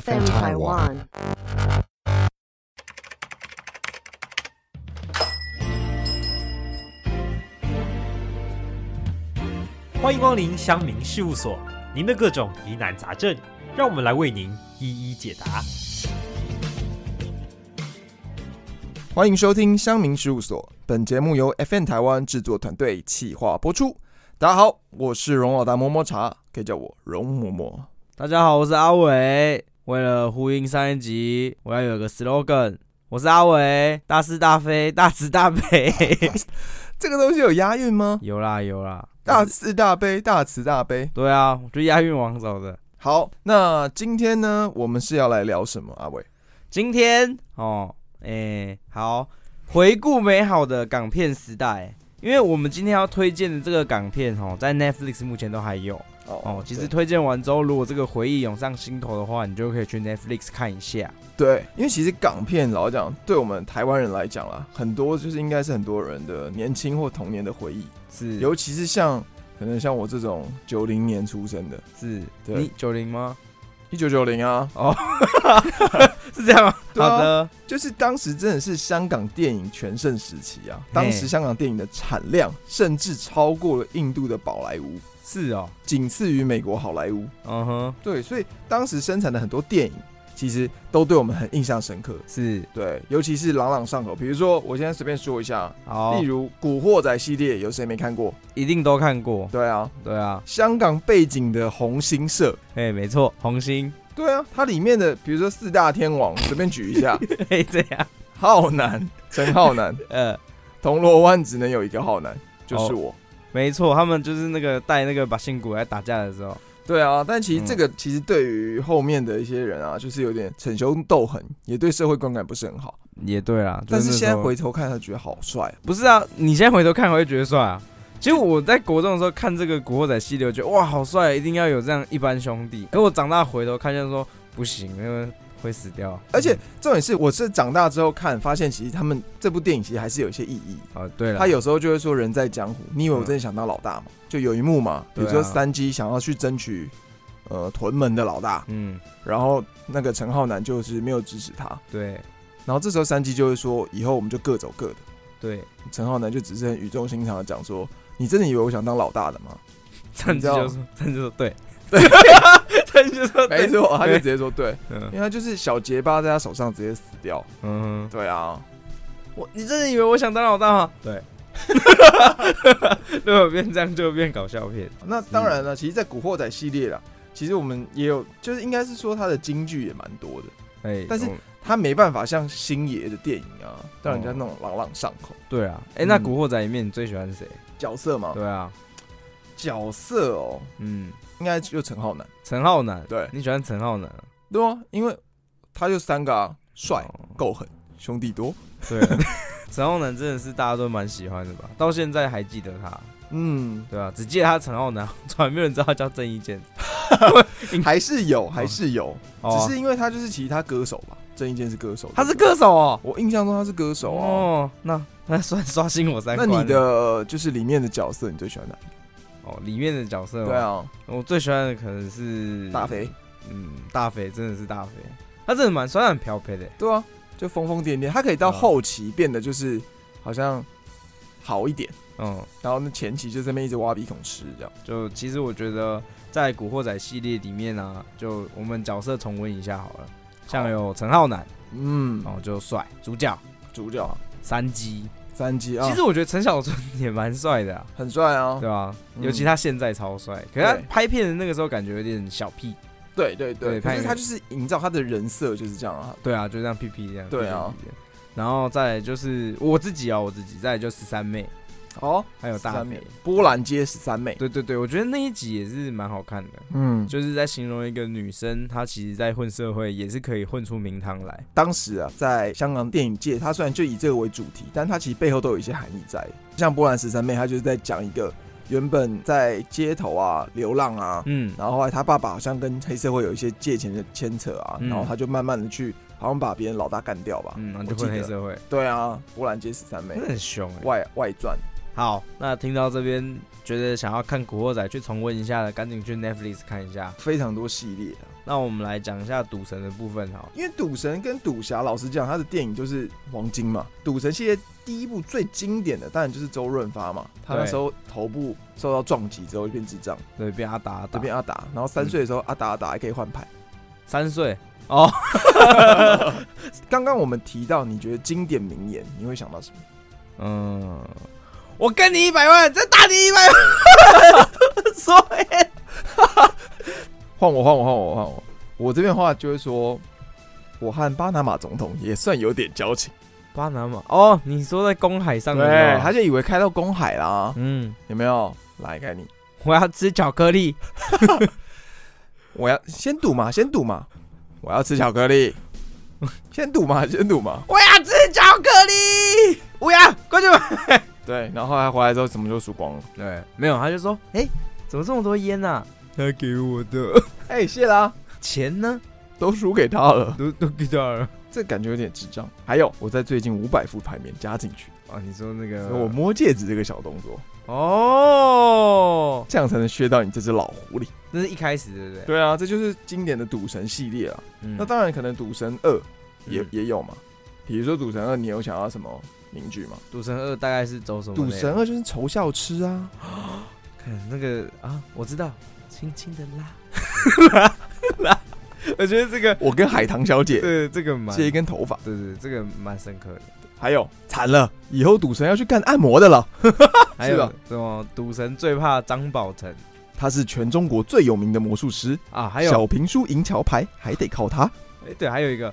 FM Taiwan. 欢迎光临乡民事务所，您的各种疑难杂症，让我们来为您一一解答。欢迎收听乡民事务所，本节目由 FN 台湾制作团队企划播出。大家好，我是荣老大摸摸茶，可以叫我荣嬷嬷。大家好，我是阿伟。为了呼应上一集，我要有个 slogan。我是阿伟，大是大非，大慈大 悲。这个东西有押韵吗？有啦有啦，大慈大悲，大慈大悲。对啊，我就押韵王找的。好，那今天呢，我们是要来聊什么？阿伟，今天哦，哎、好，回顾美好的港片时代。因为我们今天要推荐的这个港片哦，在 Netflix 目前都还有哦。其实推荐完之后，如果这个回忆涌上心头的话，你就可以去 Netflix 看一下。对，因为其实港片老实讲，对我们台湾人来讲啦，很多就是应该是很多人的年轻或童年的回忆，是尤其是像可能像我这种九零年出生的，是，对你九零吗？一九九零啊，是这样吗？对啊好的，就是当时真的是香港电影全盛时期啊！当时香港电影的产量甚至超过了印度的宝莱坞，是哦，仅次于美国好莱坞。嗯哼，对，所以当时生产的很多电影，其实都对我们很印象深刻。是对，尤其是朗朗上口。比如说，我现在随便说一下，好例，如《古惑仔》系列，有谁没看过？一定都看过。对啊，对啊，香港背景的红星社。哎，没错，红星，对啊，它里面的比如说四大天王，随便举一下， 嘿，这样，浩南、陈浩南、呃，铜锣湾只能有一个浩南，就是哦我。没错，他们就是那个带那个把信骨来打架的时候，对啊，但其实这嗯个其实对于后面的一些人啊，就是有点逞凶斗狠，也对社会观感不是很好。也对啦。就但是那现在时候回头看，他觉得好帅。不是啊，你现在回头看还会觉得帅啊。其实我在国中的时候看这个《古惑仔》系列，我觉得哇，好帅，一定要有这样一班兄弟。可我长大回头看，就说不行，那个会死掉。嗯而且重点是，我是长大之后看，发现其实他们这部电影其实还是有一些意义。哦，对了，他有时候就会说人在江湖，你以为我真的想当老大吗？就有一幕嘛，比如说嗯对啊三鸡想要去争取，呃，屯门的老大，嗯，然后那个陈浩南就是没有支持他，对然后这时候三鸡就会说，以后我们就各走各的。对，陈浩南就只是很语重心长的讲说，你真的以为我想当老大的吗？陈你志知 道就说，陈志说对， 对，陈志 说没对，错，他就直接说对，嗯因为他就是小结巴在他手上直接死掉。嗯哼。对啊，我你真的以为我想当老大吗？对， 如果变这样就变搞笑片。那当然了，其实，在《古惑仔》系列啦，其实我们也有，就是应该是说他的京剧也蛮多的，哎但是嗯他没办法像星爷的电影啊，让人家那种朗朗上口。对啊，哎、那嗯《古惑仔》里面你最喜欢谁？角色嘛，对啊，角色哦，嗯，应该就陈浩南，陈浩南。对你喜欢陈浩南？对啊，因为他就三个啊，帅、哦够狠、兄弟多。对啊， 陈浩南真的是大家都蛮喜欢的吧？到现在还记得他，嗯，对啊，只记得他陈浩南， 从来没有人知道他叫郑伊健。还是有，还是有，哦只是因为他就是其实他歌手吧，郑伊健是歌手，他是，歌手哦。我印象中他是歌手啊。哦，那那算刷新我三那观了。你的就是里面的角色，你最喜欢哪？哦，里面的角色、对，啊，我最喜欢的可能是大肥。嗯，大肥真的是大肥，他真的蛮酸很漂配的。对啊，就疯疯癫癫，他可以到啊后期变得就是好像好一点，嗯，然后那前期就这边一直挖鼻孔吃这样。就其实我觉得在《古惑仔》系列里面啊，就我们角色重温一下好了，像有陈浩南，嗯，哦，就帅，主角主角啊山鸡。三鸡啊，其实我觉得陈小春也蛮帅的、啊，很帅啊对。吧、嗯尤其他现在超帅，可是他拍片的那个时候感觉有点小屁。对对对，对可他是也他就是营造他的人设就是这样啊。对啊，就这样屁屁这样。对啊屁屁这样。然后再来就是我自己啊，我自己，再来就十三妹，哦，还有大三妹肥。，波兰街十三妹。对对对，我觉得那一集也是蛮好看的。嗯，就是在形容一个女生，她其实，在混社会也是可以混出名堂来。当时啊，在香港电影界，他虽然就以这个为主题，但他其实背后都有一些含义在。像波兰十三妹，她就是在讲一个原本在街头啊流浪啊，嗯，然后后来他爸爸好像跟黑社会有一些借钱的牵扯啊，嗯然后他就慢慢的去，好像把别人老大干掉吧。嗯，然后我就记混黑得。社会，对啊，波兰街十三妹真的很凶哎、外外传，好，那听到这边觉得想要看《古惑仔》去重温一下的，赶紧去 Netflix 看一下。非常多系列啊。那我们来讲一下赌神的部分好了，因为赌神跟赌侠，老实讲，他的电影就是黄金嘛。赌神系列第一部最经典的，当然就是周润发嘛，他那对时候头部受到撞击之后就变智障，对，嗯变阿达阿就达，变阿达，然后三岁的时候、阿达阿达还可以换牌。三岁哦，刚刚我们提到，你觉得经典名言，你会想到什么？ 嗯，我跟你一百万，再打你一百万， 所以换我，换我，换我，换我。我这边的话就会说，我和巴拿马总统也算有点交情。巴拿马哦，你说在公海上的对，那他个，就以为开到公海啦，嗯，有没有？来，该你，我要吃巧克力，我要先赌嘛，先赌嘛，我要吃巧克 力，先赌嘛，先赌嘛。我要吃巧克力，乌鸦过去吧。对，然后后来回来之后，怎么就输光了？对，没有，他就说，哎、怎么这么多烟呐、啊？他给我的哎、谢啦，钱呢，都输给他了，都都给他了。这感觉有点智障。还有，我在最近五百副牌面加进去，啊，你说那个所以我摸戒指这个小动作，哦，这样才能削到你这只老狐狸。那是一开始对不对？对啊，这就是经典的赌神系列啊。嗯那当然，可能赌神二也、嗯也有嘛。比如说赌神二，你有想要什么名句吗？赌神二大概是走什么类赌的？神二就是仇笑痴啊，看那个啊，我知道，轻轻的拉 拉拉，我觉得这个我跟海棠小姐对这个蛮借一根头发。对对，这个蛮深刻的。还有，惨了，以后赌神要去干按摩的了。还是有吧什么赌神最怕张宝成他是全中国最有名的魔术师，啊？还有小平输赢桥牌还得靠他。哎、对，还有一个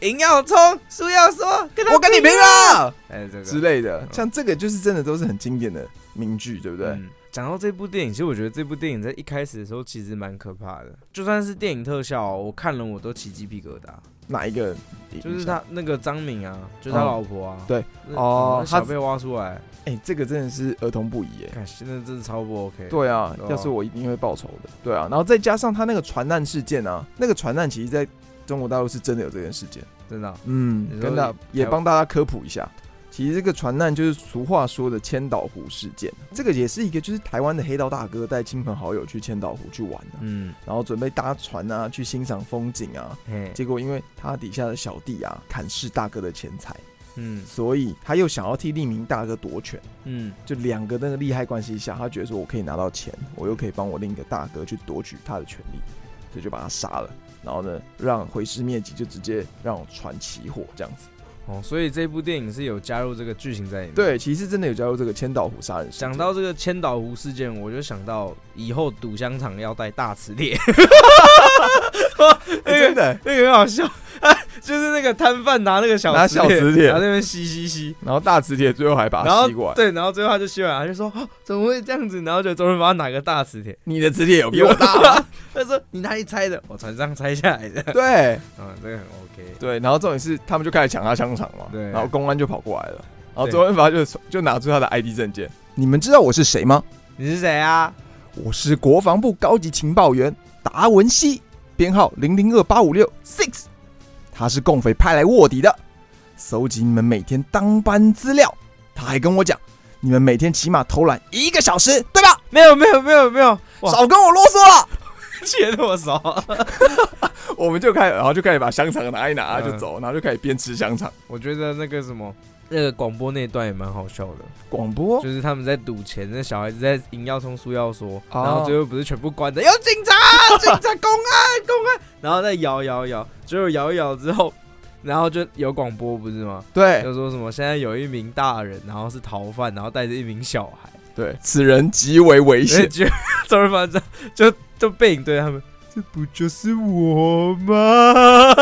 赢要冲，输要说，跟他我跟你拼拼！了哎、这个之类的，像这个就是真的都是很经典的名句，对不对？嗯讲到这部电影，其实我觉得这部电影在一开始的时候其实蛮可怕的，就算是电影特效哦、我看了我都起鸡皮疙瘩。哪一个？就是，他那个张敏啊，就是他嗯老婆啊，对那，哦那小他被挖出来，哎、这个真的是儿童不宜耶。看现在真的超不 OK。对啊对，啊要是我一定会报仇的。对啊，然后再加上他那个船难事件啊，那个船难其实在中国大陆是真的有这件事件。真的啊嗯，跟大也帮大家科普一下，其实这个船难就是俗话说的千岛湖事件，这个也是一个就是台湾的黑道大哥带亲朋好友去千岛湖去玩、啊，嗯，然后准备搭船啊去欣赏风景啊，嘿，结果因为他底下的小弟啊砍视大哥的钱财，嗯所以他又想要替利明大哥夺权，嗯就两个那个利害关系下，他觉得说我可以拿到钱，我又可以帮我另一个大哥去夺取他的权利，所以就把他杀了。然后呢，让毁尸灭迹，就直接让船起火这样子。哦，所以这部电影是有加入这个剧情在里面。，对，其实真的有加入这个千岛湖杀人事件。想到这个千岛湖事件，我就想到以后赌香肠要带大磁铁， 哎、真的，那个很好笑， 就是那个摊贩拿那个小拿磁小磁铁然后在那边吸吸吸，然后大磁铁最后还把然他后吸过来。对，然后最后他就吸完，他就说、 哦、怎么会这样子？然后就周润发拿个大磁铁，你的磁铁有哦比我大吗？ 他说你哪里拆的？我船上拆下来的。 对嗯，这个很 OK。对，然后重点是他们就开始抢他香肠嘛。对然后公安就跑过来了，然后对周润发就就拿出他的 ID 证件。你们知道我是谁吗？你是谁啊？我是国防部高级情报员达文西，编号零零二八五六 six，他是共匪派来卧底的，搜集你们每天当班资料。他还跟我讲，你们每天起码偷懒一个小时，对吧？没有没有没有没有，哇， 少跟我啰嗦了。切那么少， 我们就开始，然后就开始把香肠拿一拿嗯就走，然后就开始边吃香肠。我觉得那个什么，那个广播那段也蛮好笑的，广播就是他们在赌钱，那小孩子在赢要冲输要说，哦然后最后不是全部关的，有警察、警察、公安、公安，然后再摇摇摇，最后摇一摇之后，然后就有广播不是吗？对就说什么现在有一名大人，然后是逃犯，然后带着一名小 孩，哎对，此人极为危所险。以就周润发这样就就背影对他们，这不就是我 吗？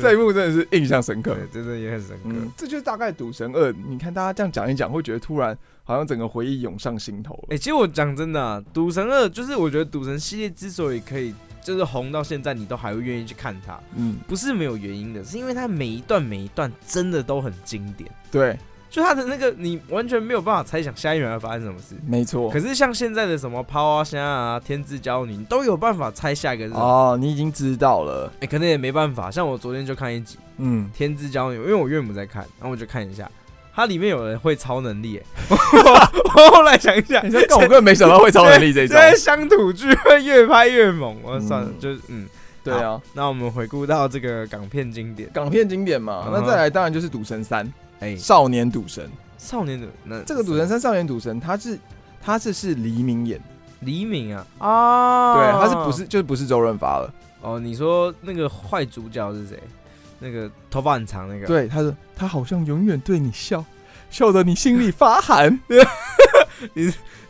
这一幕真的是印象深刻。对，真的也很深刻。嗯，这就是大概《赌神二》。你看大家这样讲一讲，会觉得突然好像整个回忆涌上心头了哎、。其实我讲真的、啊，《赌神二》就是我觉得《赌神》系列之所以可以就是红到现在，你都还会愿意去看它，嗯，不是没有原因的，是因为它每一段每一段真的都很经典，对，就它的那个你完全没有办法猜想下一秒会发生什么事。没错可。是像现在的什么抛啊、虾啊、天之骄女，你都有办法猜下一个是什么。哎、哎哦，你已经知道了。可能也没办法。像我昨天就看一集嗯《天之骄女》，因为我岳母在看，然后我就看一下，它里面有人会超能力、欸， 我后来想一想，你说，干我根本没想到会超能力这一现招。在乡土剧会越拍越猛，我说算了，嗯就是嗯，对啊，那我们回顾到这个港片经典，港片经典嘛。嗯那再来当然就是《赌神三》哎、少年赌神。少年的那这个《赌神三》少年赌神，他是他是是黎明演，黎明啊啊，对，他是不是就是不是周润发了？哦？你说那个坏主角是谁？那个头发很长那个，对，他是他好像永远对你笑，笑得你心里发 寒。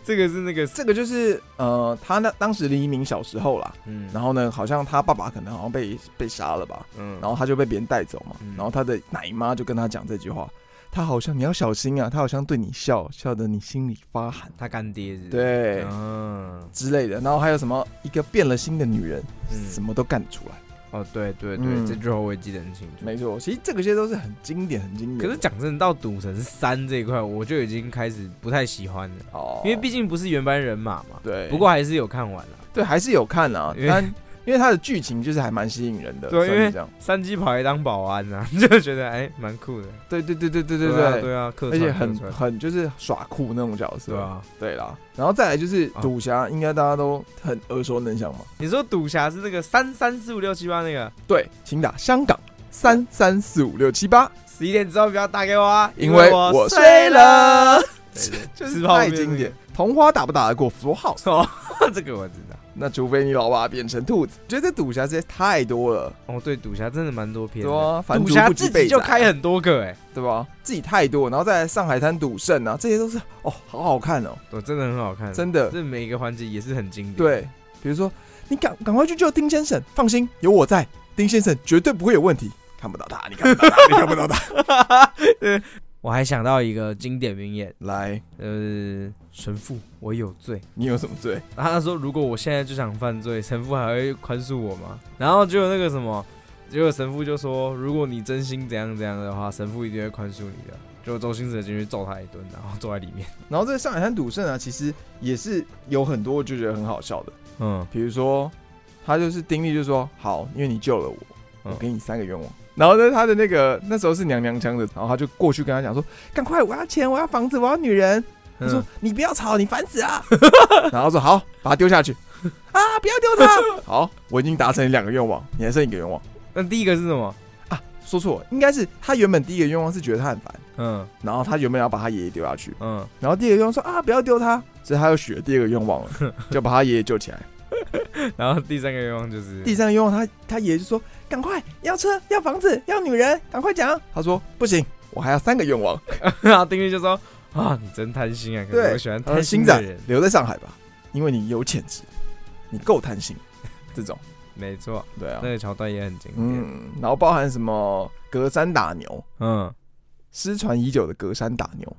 这个是那个这个就是呃，他那当时黎明小时候啦，嗯，然后后呢，好像他爸爸可能好像被被杀了吧，嗯，然后他就被别人带走嘛嗯，然后他的奶妈就跟他讲这句话，他好像你要小心啊，他好像对你笑，笑得你心里发寒，他干爹是不是，对嗯之类的。然后还有什么一个变了心的女人，什嗯，么都干得出来。哦对对对，嗯这句话我也记得很清楚。没错，其实这个些都是很经典、很经典的。可是讲真的，到赌神三这一块，我就已经开始不太喜欢了，哦，因为毕竟不是原班人马嘛。对，不过还是有看完了。对还是有看啊，因为但因为它的剧情就是还蛮吸引人的，对啊算因是为这样，三鸡跑来当保安啊， 就觉得哎蛮酷的。对对对对对对啊对啊，客而串且客很串很就是耍酷那种角色，对啊。对啦，然后再来就是啊赌侠，应该大家都很耳熟能详嘛。你说赌侠是那个三三四五六七八那个对，请打香港三三四五六七八，十一点之后不要打给我啊，因为我我睡了，睡了。对 对就吃是泡太面经典那。同花打不打得过符号？个。哦， 这个我知道。那除非你老爸变成兔子。觉得赌侠实在太多了，哦，对，赌侠真的蛮多片对的。啊，反哦赌毒侠不自及备啊己就宰开很多个哎，对吧？自己太多，然后再来上海滩赌圣啊，这些都是哦，好好看哦，我真的很好看，真的。这每一个环节也是很经典。对，比如说你赶赶快去救丁先生，放心，有我在，丁先生绝对不会有问题。看不到他，你看不到他，你看不到他。 我还想到一个经典名言，来，呃，神父，我有罪。你有什么罪？然后他说，如果我现在就想犯罪，神父还会宽恕我吗？然后就有那个什么，结果神父就说，如果你真心怎样怎样的话，神父一定会宽恕你的。就周星驰进去揍他一顿，然后坐在里面。然后这个上海滩赌圣啊，其实也是有很多我就觉得很好笑的，嗯，比如说他就是丁力就说好，因为你救了我，嗯我给你三个愿望。然后呢，他的那个那时候是娘娘腔的，然后他就过去跟他讲说，赶快，我要钱，我要房子，我要女人。他说、你不要吵，你烦死啊。嗯 然后他说好，把他丢下去。啊，不要丢他。 好，我已经达成两个愿望，你还剩一个愿望。啊那第一个是什么？说错了，应该是他原本第一个愿望是觉得他很烦，嗯然后他原本要把他爷爷丢下去，嗯，然后第二个愿望说啊，不要丢他，所以他又许了第二个愿望了，就把他爷爷救起来。然后第三个愿望就 是第三个愿望他，他爷爷就说赶快要车要房子要女人，赶快讲。他说不行，我还要三个愿望， 然后丁力就说啊，你真贪心啊！可是对我喜欢他说贪星心仔的人。留在上海吧，因为你有潜质，你够贪心，这种没错，对啊那，个桥段也很经典。嗯，然后包含什么隔山打牛，嗯，失传已久的隔山打牛。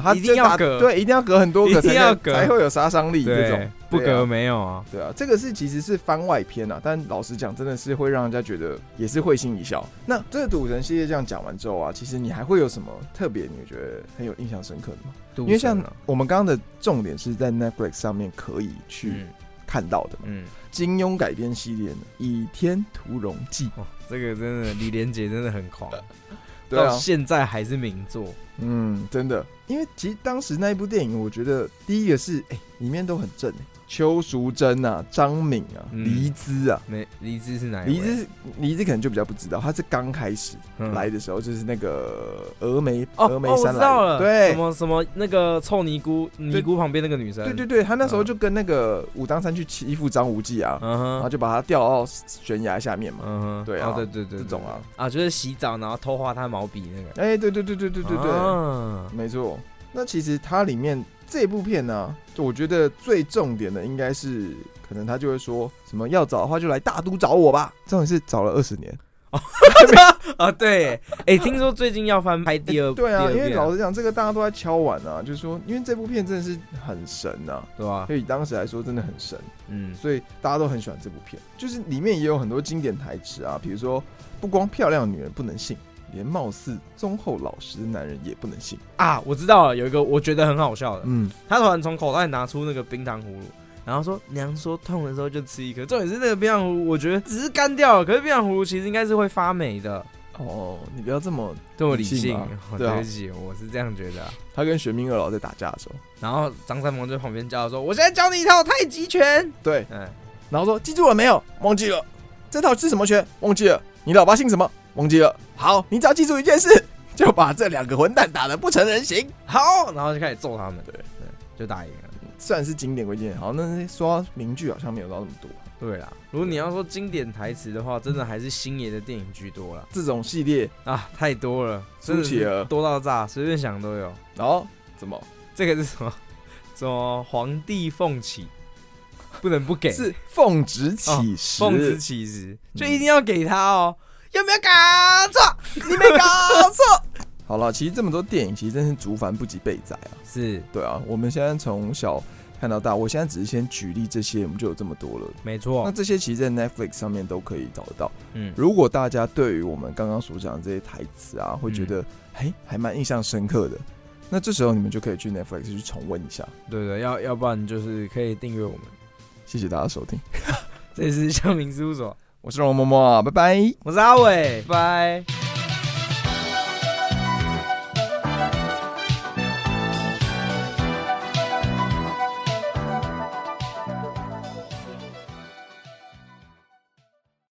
啊，他一定就要打隔，对，一定要隔很多个 一定才要能隔才会有杀伤力这种对。，不对啊隔没有啊。对啊，这个是其实是番外篇啊，但老实讲，真的是会让人家觉得也是会心一笑。那这个赌神系列这样讲完之后啊，其实你还会有什么特别你觉得很有印象深刻的吗？因因为像我们刚刚的重点是在 Netflix 上面可以去嗯看到的嘛，嗯，金庸改编系列呢，《倚天屠龙记》哦，这个真的李连杰真的很狂， 对到啊，现在还是名作。嗯，真的，因为其实当时那一部电影，我觉得第一个是哎、里面都很正、哎邱淑贞啊、张敏啊、嗯哎黎姿啊，没，黎姿是哪一位？黎姿黎姿可能就比较不知道，她是刚开始。嗯来的时候，就是那个峨眉哦峨眉哦，我山知来道了，的，对什么什么那个臭尼姑，尼姑旁边那个女生，对对，对，他那时候嗯就跟那个武当山去欺负张无忌啊，嗯然后哼，就把他吊到悬崖下面嘛。嗯哼，对啊哦对对对，对这种啊，啊，就是洗澡然后偷画她毛笔那个，哎，对对对对对对对，啊没错。那其实它里面这部片呢，就我觉得最重点的应该是，可能他就会说什么要找的话就来大都找我吧。重点是找了二十年，啊，对，哎，听说最近要翻拍第二，对啊，第二因为遍老实讲，这个大家都在敲碗啊，就是说，因为这部片真的是很神啊，对吧？所以当时来说真的很神。嗯所以大家都很喜欢这部片。就是里面也有很多经典台词啊，比如说不光漂亮女人不能信，连貌似忠厚老实的男人也不能信。啊，我知道了，有一个我觉得很好笑的，嗯，他突然从口袋拿出那个冰糖葫芦，然后说娘说痛的时候就吃一颗。重点是那个冰糖葫芦，我觉得只是干掉了，可是冰糖葫芦其实应该是会发霉的。哦，你不要这么。这么理理性性吧，哦对对啊不起，我是这样觉得啊。他跟玄冥二老在打架的时候，然后张三丰在旁边叫说：“我现在教你一套太极拳。对”，嗯，然后说记住了没有？忘记了。这套是什么拳？忘记了。你老爸姓什么？忘记了。好，你只要记住一件事，就把这两个混蛋打得不成人形。 好，然后就开始揍他们，对对，就打赢了。虽然是经典归经典，好，那那些说到名句好像没有到那么多。对啦，如果你要说经典台词的话，真的还是星爷的电影居多啦。这种系列，啊，太多了，苏真的乞儿是多到炸，随便想都有。然后怎么这个是什么？什么皇帝凤起，不能不给，是奉旨起时？奉旨起时，就嗯一定要给他哦。有没有搞错？你没 搞错。好了，其实这么多电影，其实真是竹繁不及被宰啊。是，对啊，我们现在从小看到大，我现在只是先举例这些，我们就有这么多了。没那错。这些其实，在 Netflix 上面都可以找得到。哦嗯，如果大家对于我们刚刚所讲的这些台词啊，会觉得哎、还蛮印象深刻的，那这时候你们就可以去 Netflix 去重温一下。对对，要要不然就是可以订阅我们。谢谢大家收听，这里是香明事务所，我是容嬷嬷，拜拜。我是阿伟，拜。